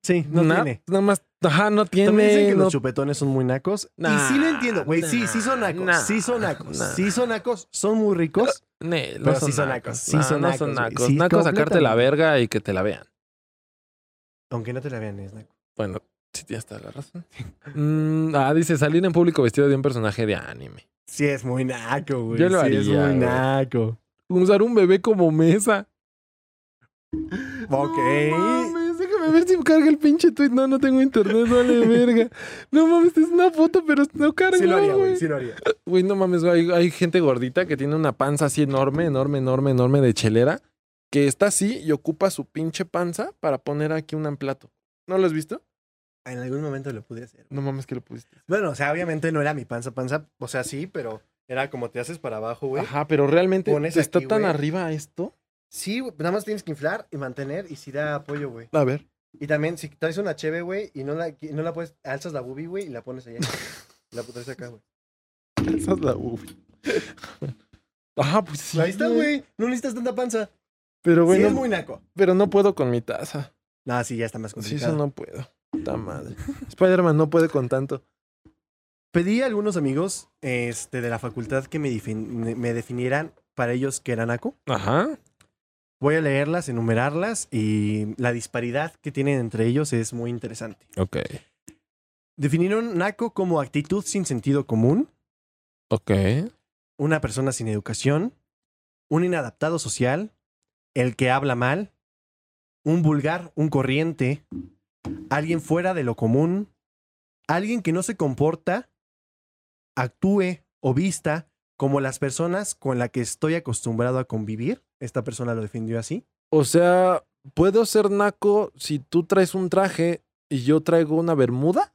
Speaker 1: Sí, no
Speaker 2: na-
Speaker 1: tiene.
Speaker 2: Nada más... Ajá, no tiene...
Speaker 1: También dicen que
Speaker 2: no-
Speaker 1: los chupetones son muy nacos.
Speaker 2: Nah,
Speaker 1: y sí lo entiendo, güey. sí, sí son
Speaker 2: nah,
Speaker 1: nacos.
Speaker 2: nah,
Speaker 1: sí son nacos.
Speaker 2: nah.
Speaker 1: Sí son nacos. Son muy ricos.
Speaker 2: Ne, no
Speaker 1: Pero
Speaker 2: son
Speaker 1: sí son
Speaker 2: nacos.
Speaker 1: nacos, sí
Speaker 2: No,
Speaker 1: son
Speaker 2: no son
Speaker 1: nacos, güey.
Speaker 2: nacos.
Speaker 1: Sí,
Speaker 2: Nacos sacarte la
Speaker 1: completamente.
Speaker 2: verga y que te la vean.
Speaker 1: Aunque no te la vean, es naco.
Speaker 2: Bueno, Sí, tienes toda la razón. (laughs) Mm, ah, dice salir en público vestido de un personaje de anime.
Speaker 1: Sí, es muy naco, güey.
Speaker 2: Yo lo
Speaker 1: sí,
Speaker 2: haría,
Speaker 1: es muy
Speaker 2: güey.
Speaker 1: naco.
Speaker 2: Usar un bebé como mesa.
Speaker 1: Ok.
Speaker 2: No mames, déjame ver si carga el pinche tweet. No, no tengo internet,
Speaker 1: (laughs)
Speaker 2: vale verga. No mames, es una foto, pero no carga,
Speaker 1: sí lo haría,
Speaker 2: güey.
Speaker 1: güey. Sí lo haría.
Speaker 2: Güey, no mames, güey. Hay, hay gente gordita que tiene una panza así enorme, enorme, enorme, enorme de chelera, que está así y ocupa su pinche panza para poner aquí un plato. ¿No lo has visto?
Speaker 1: En algún momento lo pude hacer.
Speaker 2: No mames que lo pusiste.
Speaker 1: Bueno, o sea, obviamente no era mi panza, panza. O sea, sí, pero era como te haces para abajo, güey.
Speaker 2: Ajá, pero realmente
Speaker 1: Pones
Speaker 2: está
Speaker 1: aquí,
Speaker 2: tan
Speaker 1: güey.
Speaker 2: arriba esto.
Speaker 1: Sí, güey, nada más tienes que inflar y mantener y si da apoyo, güey.
Speaker 2: A ver.
Speaker 1: Y también, si traes una cheve, güey, y no la, y no la puedes, alzas la bubi, güey, y la pones
Speaker 2: (laughs)
Speaker 1: allá. la traes acá, güey.
Speaker 2: Esa es la
Speaker 1: (laughs)
Speaker 2: ubi. Ajá, pues sí.
Speaker 1: Ahí está, güey. No necesitas tanta panza.
Speaker 2: Pero güey,
Speaker 1: sí,
Speaker 2: no-
Speaker 1: es muy naco.
Speaker 2: pero no puedo con mi taza.
Speaker 1: No, sí, ya está más
Speaker 2: Sí,
Speaker 1: complicado.
Speaker 2: eso no puedo. Puta madre. Spider-Man no puede con tanto.
Speaker 1: Pedí a algunos amigos este, de la facultad que me, defin- me definieran para ellos que era naco.
Speaker 2: Ajá.
Speaker 1: Voy a leerlas, enumerarlas y la disparidad que tienen entre ellos es muy interesante.
Speaker 2: Ok.
Speaker 1: Definieron naco como actitud sin sentido común,
Speaker 2: Ok.
Speaker 1: una persona sin educación, un inadaptado social, el que habla mal, un vulgar, un corriente, alguien fuera de lo común, alguien que no se comporta, actúe o vista como las personas con las que estoy acostumbrado a convivir. Esta persona lo defendió así.
Speaker 2: O sea, ¿puedo ser naco si tú traes un traje y yo traigo una bermuda?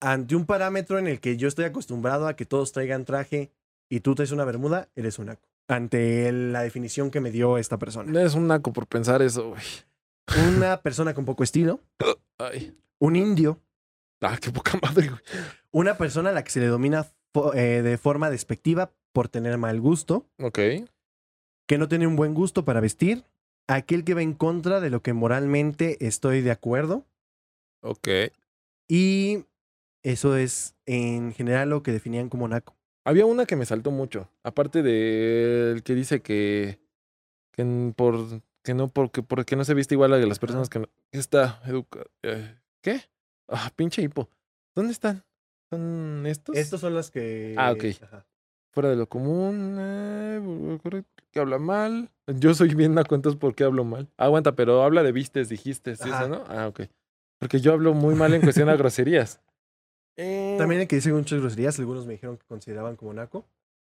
Speaker 1: Ante un parámetro en el que yo estoy acostumbrado a que todos traigan traje y tú traes una bermuda, eres un naco. Ante el- la definición que me dio esta persona.
Speaker 2: Eres un naco por pensar eso, güey.
Speaker 1: Una persona con poco estilo,
Speaker 2: Ay.
Speaker 1: un indio,
Speaker 2: Ah, qué poca madre, güey.
Speaker 1: Una persona a la que se le domina fo- eh, de forma despectiva por tener mal gusto,
Speaker 2: Ok.
Speaker 1: que no tiene un buen gusto para vestir, aquel que va en contra de lo que moralmente estoy de acuerdo.
Speaker 2: Ok.
Speaker 1: Y eso es en general lo que definían como naco.
Speaker 2: Había una que me saltó mucho. Aparte del que dice que. que n- por. que no, porque, porque no se viste igual a las personas que no. que Está educa. eh, ¿Qué? Ah, pinche hipo. ¿Dónde están? ¿Son estos?
Speaker 1: Estos son las que...
Speaker 2: Pues Ah, ok.
Speaker 1: Ajá.
Speaker 2: Fuera de lo común. eh, bu- bu- correcto, que habla mal. Yo soy bien naco, entonces ¿por qué hablo mal? Aguanta, pero habla de vistes, dijiste, ¿sí,
Speaker 1: Ajá.
Speaker 2: eso, ¿no? Ah, ok. Porque yo hablo muy mal en cuestión
Speaker 1: (laughs)
Speaker 2: a groserías. Eh,
Speaker 1: También el que dice muchas groserías, algunos me dijeron que consideraban como naco.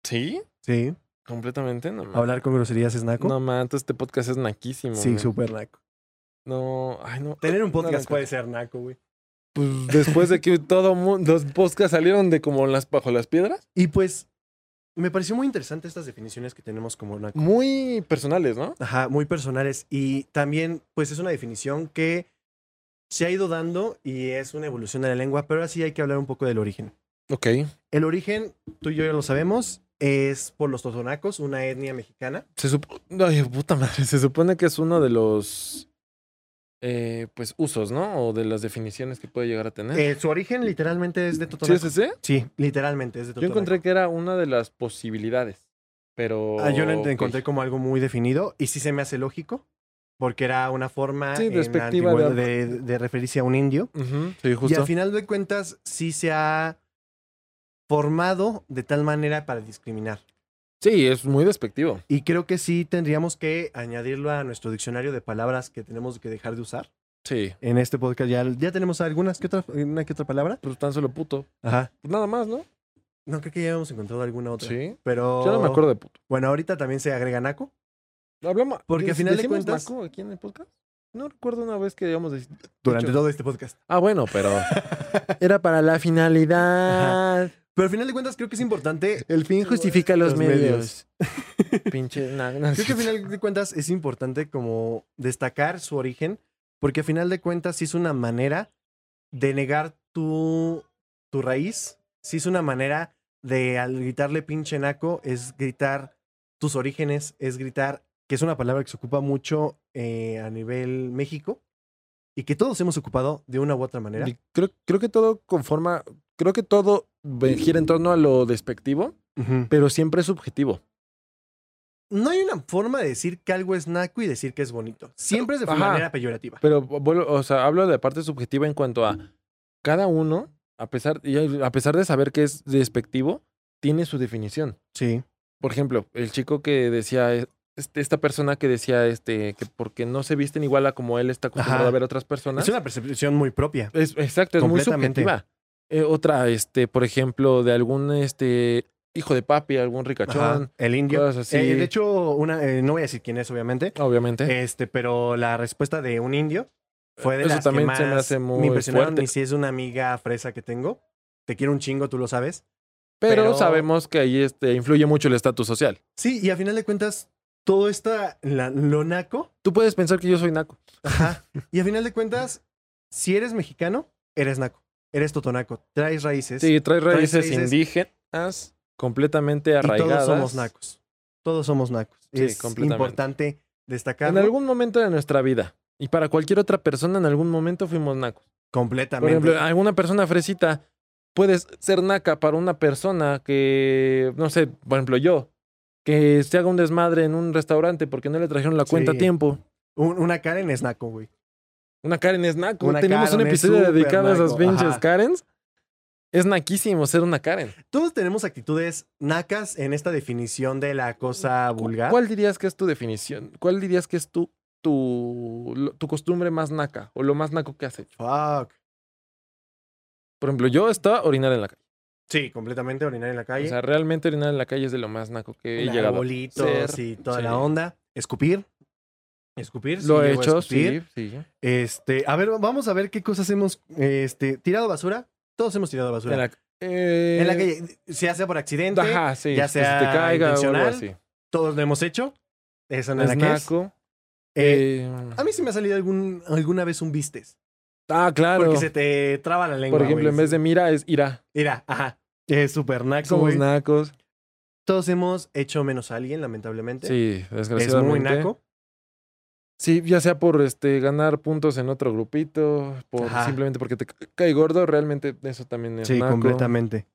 Speaker 2: ¿Sí?
Speaker 1: Sí.
Speaker 2: Completamente, no. mames.
Speaker 1: Hablar con groserías es naco.
Speaker 2: No, man, entonces este podcast es naquísimo.
Speaker 1: sí,
Speaker 2: man.
Speaker 1: súper naco.
Speaker 2: No, ay, no.
Speaker 1: Tener un
Speaker 2: No, no,
Speaker 1: podcast
Speaker 2: no.
Speaker 1: puede ser naco, güey.
Speaker 2: Pues después de que todo mu- los podcasts salieron de como las bajo las piedras,
Speaker 1: Y pues, me pareció muy interesante estas definiciones que tenemos como naco.
Speaker 2: muy personales, ¿no?
Speaker 1: Ajá, muy personales. Y también, pues es una definición que se ha ido dando y es una evolución de la lengua, pero así hay que hablar un poco del origen.
Speaker 2: Ok.
Speaker 1: El origen, tú y yo ya lo sabemos, es por los totonacos, una etnia mexicana.
Speaker 2: Se supone, ay, puta madre, se supone que es uno de los eh, pues usos, ¿no? O de las definiciones que puede llegar a tener.
Speaker 1: Eh, su origen literalmente es de
Speaker 2: Ah. ¿Sí
Speaker 1: totonaco.
Speaker 2: es ese?
Speaker 1: Sí, literalmente es de
Speaker 2: Yo
Speaker 1: totonaco.
Speaker 2: encontré que era una de las posibilidades, pero
Speaker 1: Ah, yo lo
Speaker 2: Oh, ok.
Speaker 1: ent- encontré como algo muy definido y sí se me hace lógico, porque era una forma
Speaker 2: Sí,
Speaker 1: en la
Speaker 2: despectiva
Speaker 1: antigüedad
Speaker 2: de-
Speaker 1: de- de referirse a un indio.
Speaker 2: Ujú, Sí,
Speaker 1: Y
Speaker 2: justo.
Speaker 1: al final de cuentas, sí se ha formado de tal manera para discriminar.
Speaker 2: Sí, es muy despectivo.
Speaker 1: Y creo que sí tendríamos que añadirlo a nuestro diccionario de palabras que tenemos que dejar de usar.
Speaker 2: Sí.
Speaker 1: En este podcast ya, ya tenemos algunas que otra, una que otra palabra.
Speaker 2: Pero Pues, tan solo puto.
Speaker 1: Ajá.
Speaker 2: Pues nada más, ¿no?
Speaker 1: No creo que ya hemos encontrado alguna otra.
Speaker 2: Sí.
Speaker 1: Pero.
Speaker 2: Yo no me acuerdo de puto.
Speaker 1: Bueno, ahorita también se agrega naco.
Speaker 2: Hablamos.
Speaker 1: Porque al
Speaker 2: ¿dec-
Speaker 1: final de
Speaker 2: decimos
Speaker 1: cuentas-
Speaker 2: naco aquí en el podcast? No recuerdo una vez que digamos. de-
Speaker 1: Durante
Speaker 2: dicho-
Speaker 1: todo este podcast.
Speaker 2: Ah, bueno, (laughs) pero. Era para la finalidad.
Speaker 1: Pero al final de cuentas, creo que es
Speaker 2: (laughs)
Speaker 1: importante.
Speaker 2: El fin justifica los,
Speaker 1: Los
Speaker 2: medios. (laughs) Pinche. na- na-
Speaker 1: Creo que al final de cuentas es importante como destacar su origen, porque al final de cuentas sí es una manera de negar tu, tu raíz, sí es una manera de al gritarle pinche naco, es gritar tus orígenes, es gritar, que es una palabra que se ocupa mucho eh, a nivel México y que todos hemos ocupado de una u otra manera.
Speaker 2: Y Creo, creo que todo conforma. Creo que todo ve- gira en torno a lo despectivo,
Speaker 1: Ujú.
Speaker 2: pero siempre es subjetivo.
Speaker 1: No hay una forma de decir que algo es naco y decir que es bonito. Siempre es de
Speaker 2: Ajá.
Speaker 1: manera peyorativa.
Speaker 2: Pero, vuelvo- o sea, hablo de la parte subjetiva en cuanto a cada uno, a pesar, y a pesar de saber que es despectivo, tiene su definición.
Speaker 1: Sí.
Speaker 2: Por ejemplo, el chico que decía, eh, este- esta persona que decía este, que porque no se visten igual a como él está acostumbrado
Speaker 1: Ajá.
Speaker 2: a ver a otras personas.
Speaker 1: Es una percepción muy propia.
Speaker 2: Es- exacto, es muy
Speaker 1: Completamente.
Speaker 2: subjetiva. Eh, otra, este, por ejemplo, de algún este hijo de papi, algún ricachón,
Speaker 1: Ajá, El indio.
Speaker 2: cosas así.
Speaker 1: Eh, de hecho, una, eh, no voy a decir quién es, obviamente.
Speaker 2: obviamente.
Speaker 1: Este, pero la respuesta de un indio fue de
Speaker 2: Eh. Eso
Speaker 1: las
Speaker 2: también
Speaker 1: que
Speaker 2: se me
Speaker 1: más
Speaker 2: hace muy
Speaker 1: me impresionaron.
Speaker 2: fuerte.
Speaker 1: Y si es una amiga fresa que tengo, te quiero un chingo, tú lo sabes.
Speaker 2: pero,
Speaker 1: pero-
Speaker 2: sabemos que ahí este, influye mucho el estatus social.
Speaker 1: Sí, y a final de cuentas, todo está la- lo naco.
Speaker 2: Tú puedes pensar que yo soy naco.
Speaker 1: Ajá. y a final de cuentas, si eres mexicano, eres naco. Eres totonaco. Traes raíces.
Speaker 2: Sí, trae
Speaker 1: traes
Speaker 2: raíces
Speaker 1: raíces-
Speaker 2: indígenas completamente
Speaker 1: y
Speaker 2: arraigadas.
Speaker 1: todos somos nacos. Todos somos nacos.
Speaker 2: Sí,
Speaker 1: es
Speaker 2: completamente.
Speaker 1: importante destacar.
Speaker 2: En algún momento de nuestra vida. Y para cualquier otra persona, en algún momento fuimos nacos. Por
Speaker 1: Completamente.
Speaker 2: ejemplo, ah alguna persona fresita puedes ser naca para una persona que, no sé, por ejemplo, yo, que se haga un desmadre en un restaurante porque no le trajeron la cuenta
Speaker 1: Sí.
Speaker 2: a tiempo.
Speaker 1: Un- una Karen es naco, güey.
Speaker 2: Una Karen es naco.
Speaker 1: Una
Speaker 2: Tenemos
Speaker 1: Karen
Speaker 2: un
Speaker 1: es
Speaker 2: episodio
Speaker 1: súper
Speaker 2: dedicado a esas
Speaker 1: naco,
Speaker 2: pinches
Speaker 1: ajá.
Speaker 2: Karens. Es naquísimo ser una Karen.
Speaker 1: Todos tenemos actitudes nacas en esta definición de la cosa vulgar.
Speaker 2: ¿Cuál dirías que es tu definición? ¿Cuál dirías que es tu, tu, lo- tu costumbre más naca o lo más naco que has hecho?
Speaker 1: Fuck.
Speaker 2: Por ejemplo, yo estaba orinar en la calle.
Speaker 1: Sí, completamente orinar en la calle.
Speaker 2: O sea, realmente orinar en la calle es de lo más naco que he
Speaker 1: Dar
Speaker 2: llegado. a
Speaker 1: bolitos
Speaker 2: ser.
Speaker 1: y toda
Speaker 2: sí.
Speaker 1: la onda. Escupir. Escupir. sí
Speaker 2: Lo he
Speaker 1: llego a
Speaker 2: hecho,
Speaker 1: escupir.
Speaker 2: sí, sí.
Speaker 1: Este, a ver, vamos a ver qué cosas hemos este, tirado basura. Todos hemos tirado basura.
Speaker 2: En
Speaker 1: En la,
Speaker 2: la, eh,
Speaker 1: calle, se hace por accidente,
Speaker 2: Ajá, sí.
Speaker 1: ya
Speaker 2: que se
Speaker 1: sea
Speaker 2: te caiga o algo
Speaker 1: intencional,
Speaker 2: así.
Speaker 1: todos lo hemos hecho. Eso no es
Speaker 2: Es
Speaker 1: la que es.
Speaker 2: naco.
Speaker 1: Eh,
Speaker 2: eh,
Speaker 1: a mí se me ha salido algún, alguna vez un vistes.
Speaker 2: ah, claro.
Speaker 1: Porque se te traba la lengua.
Speaker 2: Por ejemplo,
Speaker 1: güey.
Speaker 2: en vez de mira es ira.
Speaker 1: Mira, ajá. Es súper naco,
Speaker 2: Somos
Speaker 1: güey.
Speaker 2: nacos.
Speaker 1: Todos hemos hecho menos a alguien, lamentablemente.
Speaker 2: Sí,
Speaker 1: es muy
Speaker 2: desgraciadamente.
Speaker 1: naco.
Speaker 2: Sí, ya sea por este ganar puntos en otro grupito, por
Speaker 1: Ajá.
Speaker 2: simplemente porque te ca- cae gordo, realmente eso también es
Speaker 1: Sí,
Speaker 2: naco.
Speaker 1: completamente.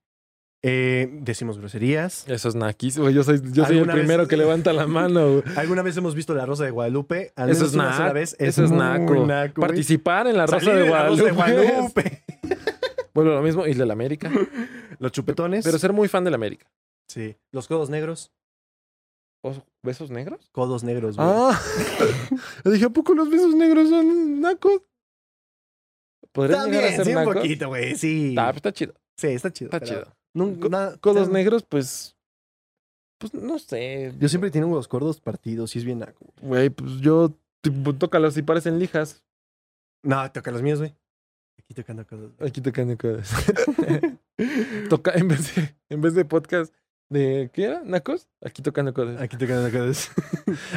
Speaker 1: Eh, decimos
Speaker 2: (laughs)
Speaker 1: groserías.
Speaker 2: Eso es naquis. Güey, yo soy, yo soy el
Speaker 1: ¿Alguna vez-
Speaker 2: primero que levanta la mano.
Speaker 1: (laughs)
Speaker 2: güey.
Speaker 1: ¿Alguna vez hemos visto La Rosa de Guadalupe? Al
Speaker 2: Eso
Speaker 1: menos
Speaker 2: es
Speaker 1: una
Speaker 2: na-
Speaker 1: sola vez. Es
Speaker 2: eso es
Speaker 1: muy
Speaker 2: naco.
Speaker 1: güey.
Speaker 2: Participar en la Rosa
Speaker 1: Salir
Speaker 2: de
Speaker 1: de La Rosa
Speaker 2: Guadalupe.
Speaker 1: de Guadalupe.
Speaker 2: (laughs) Bueno, lo mismo, y de
Speaker 1: (laughs)
Speaker 2: la América.
Speaker 1: Los chupetones.
Speaker 2: Pero ser muy fan de la América.
Speaker 1: Sí. Los codos negros.
Speaker 2: ¿Os- ¿Besos negros?
Speaker 1: Codos negros, güey.
Speaker 2: Ah, (laughs) Le dije, ¿a poco los besos negros son nacos? ¿Podrían llegar
Speaker 1: También,
Speaker 2: a ser
Speaker 1: sí, un
Speaker 2: nacos?
Speaker 1: poquito, güey. Sí.
Speaker 2: Ah, pues está chido,
Speaker 1: Sí, está chido.
Speaker 2: está
Speaker 1: pero
Speaker 2: chido.
Speaker 1: nunca-
Speaker 2: Co-
Speaker 1: nada-
Speaker 2: Codos
Speaker 1: o sea,
Speaker 2: negros, pues. Pues no sé.
Speaker 1: Yo siempre tengo los codos partidos y es bien naco.
Speaker 2: Güey, pues yo. Tipo, tócalos y parecen lijas.
Speaker 1: No, toca los míos, güey. Aquí tocando codos.
Speaker 2: Aquí tocan codos. (laughs) Toca, en, vez de, en vez de podcast de. ¿Qué era? ¿Nacos? Aquí tocando codos.
Speaker 1: Aquí tocando codos.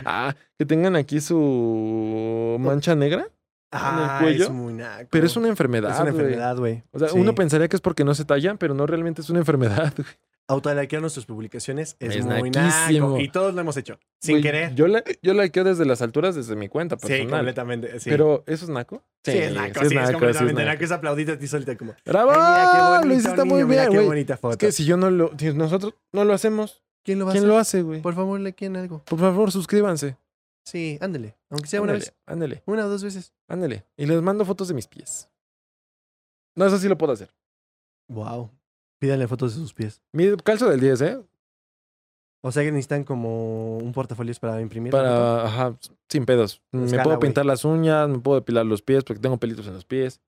Speaker 2: Ah, que tengan aquí su mancha negra.
Speaker 1: Ah,
Speaker 2: cuello.
Speaker 1: es muy naco.
Speaker 2: Pero es una enfermedad.
Speaker 1: Es una
Speaker 2: güey.
Speaker 1: enfermedad, güey.
Speaker 2: O sea,
Speaker 1: Sí.
Speaker 2: uno pensaría que es porque no se tallan, pero no realmente es una enfermedad. güey.
Speaker 1: Autolikear nuestras publicaciones es,
Speaker 2: Es
Speaker 1: muy
Speaker 2: naquísimo.
Speaker 1: naco. Y todos lo hemos hecho. Sin
Speaker 2: Güey,
Speaker 1: querer.
Speaker 2: Yo la, yo likeo desde las alturas, desde mi cuenta
Speaker 1: sí,
Speaker 2: personal.
Speaker 1: completamente. Sí.
Speaker 2: Pero, ¿eso es naco?
Speaker 1: sí, es naco. Sí, es, completamente naco. Es aplaudirte a ti solita como.
Speaker 2: ¡Bravo!
Speaker 1: "Ay, mira qué
Speaker 2: Ah, lo
Speaker 1: bonito
Speaker 2: hiciste muy
Speaker 1: niño, mira
Speaker 2: bien,
Speaker 1: Qué
Speaker 2: güey.
Speaker 1: bonita foto.
Speaker 2: Es que si yo no lo... Si nosotros no lo hacemos,
Speaker 1: ¿Quién lo va a
Speaker 2: ¿quién
Speaker 1: hacer?
Speaker 2: lo hace, güey? Por,
Speaker 1: Por favor, le quieren algo.
Speaker 2: favor, suscríbanse.
Speaker 1: Sí, ándele. Aunque sea una
Speaker 2: Ándele,
Speaker 1: vez.
Speaker 2: Ándele,
Speaker 1: Una o dos veces.
Speaker 2: ándele. Y les mando fotos de mis pies. No, eso sí lo puedo hacer.
Speaker 1: Wow. Pídanle fotos de sus pies.
Speaker 2: Mi calzo del 10, ¿eh?
Speaker 1: O sea que necesitan como un portafolios para imprimir. la foto.
Speaker 2: Para... Ajá, sin pedos. me
Speaker 1: Escala,
Speaker 2: puedo
Speaker 1: güey.
Speaker 2: pintar las uñas, me puedo depilar los pies porque tengo pelitos en los pies.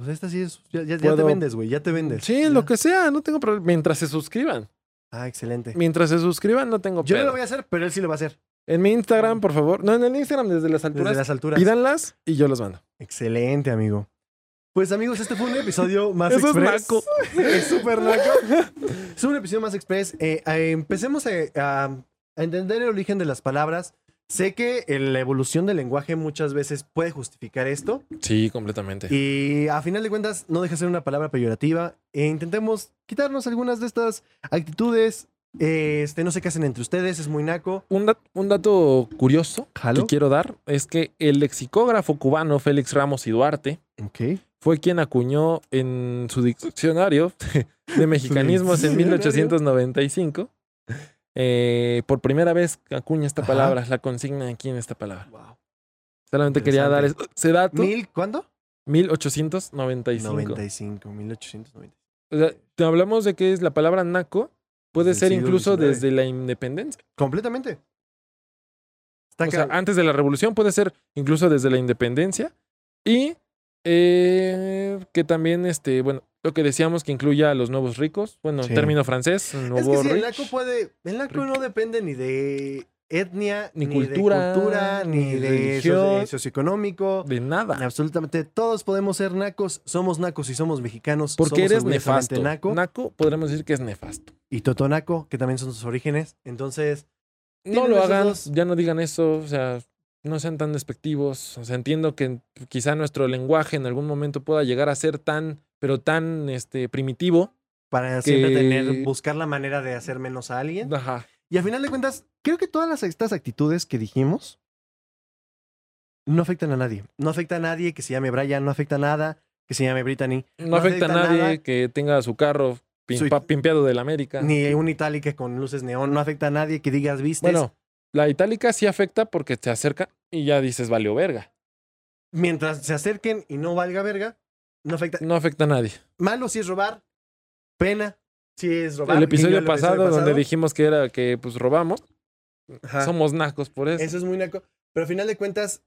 Speaker 1: O sea, esta sí es. Ya, ya- ya te
Speaker 2: Puedo-
Speaker 1: vendes, güey. Ya te vendes.
Speaker 2: Sí,
Speaker 1: Ya.
Speaker 2: lo que sea, no tengo problema. Mientras se suscriban.
Speaker 1: Ah, excelente.
Speaker 2: (laughs) Mientras se suscriban, no tengo
Speaker 1: Yo no
Speaker 2: pedo.
Speaker 1: lo voy a hacer, pero él sí lo va a hacer.
Speaker 2: En mi Instagram, por favor. No, en el Instagram desde las
Speaker 1: Desde
Speaker 2: alturas.
Speaker 1: las alturas.
Speaker 2: Pídanlas y yo las mando.
Speaker 1: Excelente, amigo. Pues amigos, este fue un
Speaker 2: (laughs)
Speaker 1: episodio más
Speaker 2: Eso es
Speaker 1: express.
Speaker 2: naco.
Speaker 1: (laughs) Es súper naco. Es un episodio más express. Eh, a- empecemos a, a- a entender el origen de las palabras. Sé que eh, la evolución del lenguaje muchas veces puede justificar esto.
Speaker 2: Sí, completamente.
Speaker 1: Y a final de cuentas, no deja de ser una palabra peyorativa. E intentemos quitarnos algunas de estas actitudes. Eh, Este, no se casen entre ustedes, es muy naco.
Speaker 2: Un, dat- un dato curioso
Speaker 1: ¿Jalo?
Speaker 2: que quiero dar es que el lexicógrafo cubano Félix Ramos y Duarte
Speaker 1: Ok.
Speaker 2: fue quien acuñó en su diccionario (laughs) de mexicanismos en
Speaker 1: diccionario.
Speaker 2: 1895. eh, por primera vez acuña esta
Speaker 1: Ajá.
Speaker 2: palabra, la consigna aquí en esta palabra.
Speaker 1: Wow.
Speaker 2: Solamente quería dar
Speaker 1: Interesante.
Speaker 2: ese dato.
Speaker 1: ¿Mil cuándo?
Speaker 2: 1895.
Speaker 1: 95, 1890.
Speaker 2: O sea, te hablamos de que es la palabra naco. Puede
Speaker 1: Desde
Speaker 2: ser
Speaker 1: el siglo
Speaker 2: incluso
Speaker 1: XIX.
Speaker 2: desde la independencia.
Speaker 1: Completamente. Está
Speaker 2: O sea, ah,
Speaker 1: ca-
Speaker 2: antes de la revolución puede ser incluso desde la independencia. Y eh, que también, este, bueno, lo que decíamos que incluya a los nuevos ricos. Bueno,
Speaker 1: Sí.
Speaker 2: término francés,
Speaker 1: es que
Speaker 2: nuevo
Speaker 1: sí, el
Speaker 2: rich.
Speaker 1: naco puede. El naco no depende ni de etnia,
Speaker 2: Ni
Speaker 1: ni,
Speaker 2: cultura,
Speaker 1: de cultura, ni
Speaker 2: ni
Speaker 1: de
Speaker 2: religión.
Speaker 1: socio- eh, socioeconómico.
Speaker 2: de
Speaker 1: ni
Speaker 2: nada.
Speaker 1: Absolutamente todos podemos ser nacos, somos nacos y somos mexicanos.
Speaker 2: Porque
Speaker 1: somos
Speaker 2: eres
Speaker 1: orgullosamente
Speaker 2: nefasto. Naco.
Speaker 1: Naco
Speaker 2: podremos decir que es nefasto.
Speaker 1: y totonaco, que también son sus orígenes. Entonces,
Speaker 2: No
Speaker 1: Tienen
Speaker 2: lo
Speaker 1: esos
Speaker 2: hagan,
Speaker 1: dos.
Speaker 2: ya no digan eso, o sea, no sean tan despectivos. O sea, entiendo que quizá nuestro lenguaje en algún momento pueda llegar a ser tan, pero tan este primitivo.
Speaker 1: para siempre
Speaker 2: Que-
Speaker 1: tener, buscar la manera de hacer menos a alguien.
Speaker 2: Ajá.
Speaker 1: Y al final de cuentas, creo que todas las- estas actitudes que dijimos no afectan a nadie. No afecta a nadie que se llame Brian, no afecta a nada que se llame Brittany,
Speaker 2: No,
Speaker 1: No
Speaker 2: afecta
Speaker 1: afecta
Speaker 2: a nadie
Speaker 1: nada.
Speaker 2: que tenga su carro pimpa- pimpeado de la América.
Speaker 1: ni un itálica con luces neón, no afecta a nadie que digas vistes.
Speaker 2: bueno, la itálica sí afecta porque te acerca y ya dices valió verga.
Speaker 1: Mientras se acerquen y no valga verga, no afecta.
Speaker 2: No afecta a nadie.
Speaker 1: Malo si es robar, pena si es robar.
Speaker 2: El
Speaker 1: guiño
Speaker 2: episodio
Speaker 1: al
Speaker 2: pasado, donde dijimos que era que pues robamos,
Speaker 1: Ajá.
Speaker 2: somos nacos por eso.
Speaker 1: Eso es muy naco. Pero al final de cuentas,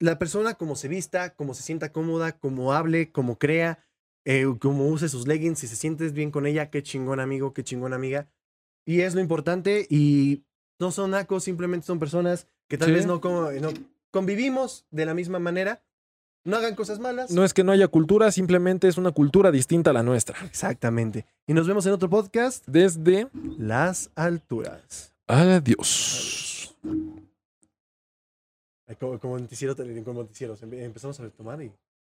Speaker 1: la persona como se vista, como se sienta cómoda, como hable, como crea, eh, como use sus leggings, si se sientes bien con ella, qué chingón amigo, qué chingón amiga. Y es lo importante y no son nacos, simplemente son personas que tal
Speaker 2: Sí.
Speaker 1: vez no, co- no convivimos de la misma manera. No hagan cosas malas.
Speaker 2: No es que no haya cultura, simplemente es una cultura distinta a la nuestra.
Speaker 1: Exactamente. Y nos vemos en otro podcast,
Speaker 2: Desde
Speaker 1: Las Alturas.
Speaker 2: Adiós.
Speaker 1: Como, como en noticieros, como en noticieros. Empe- Empezamos a tomar y...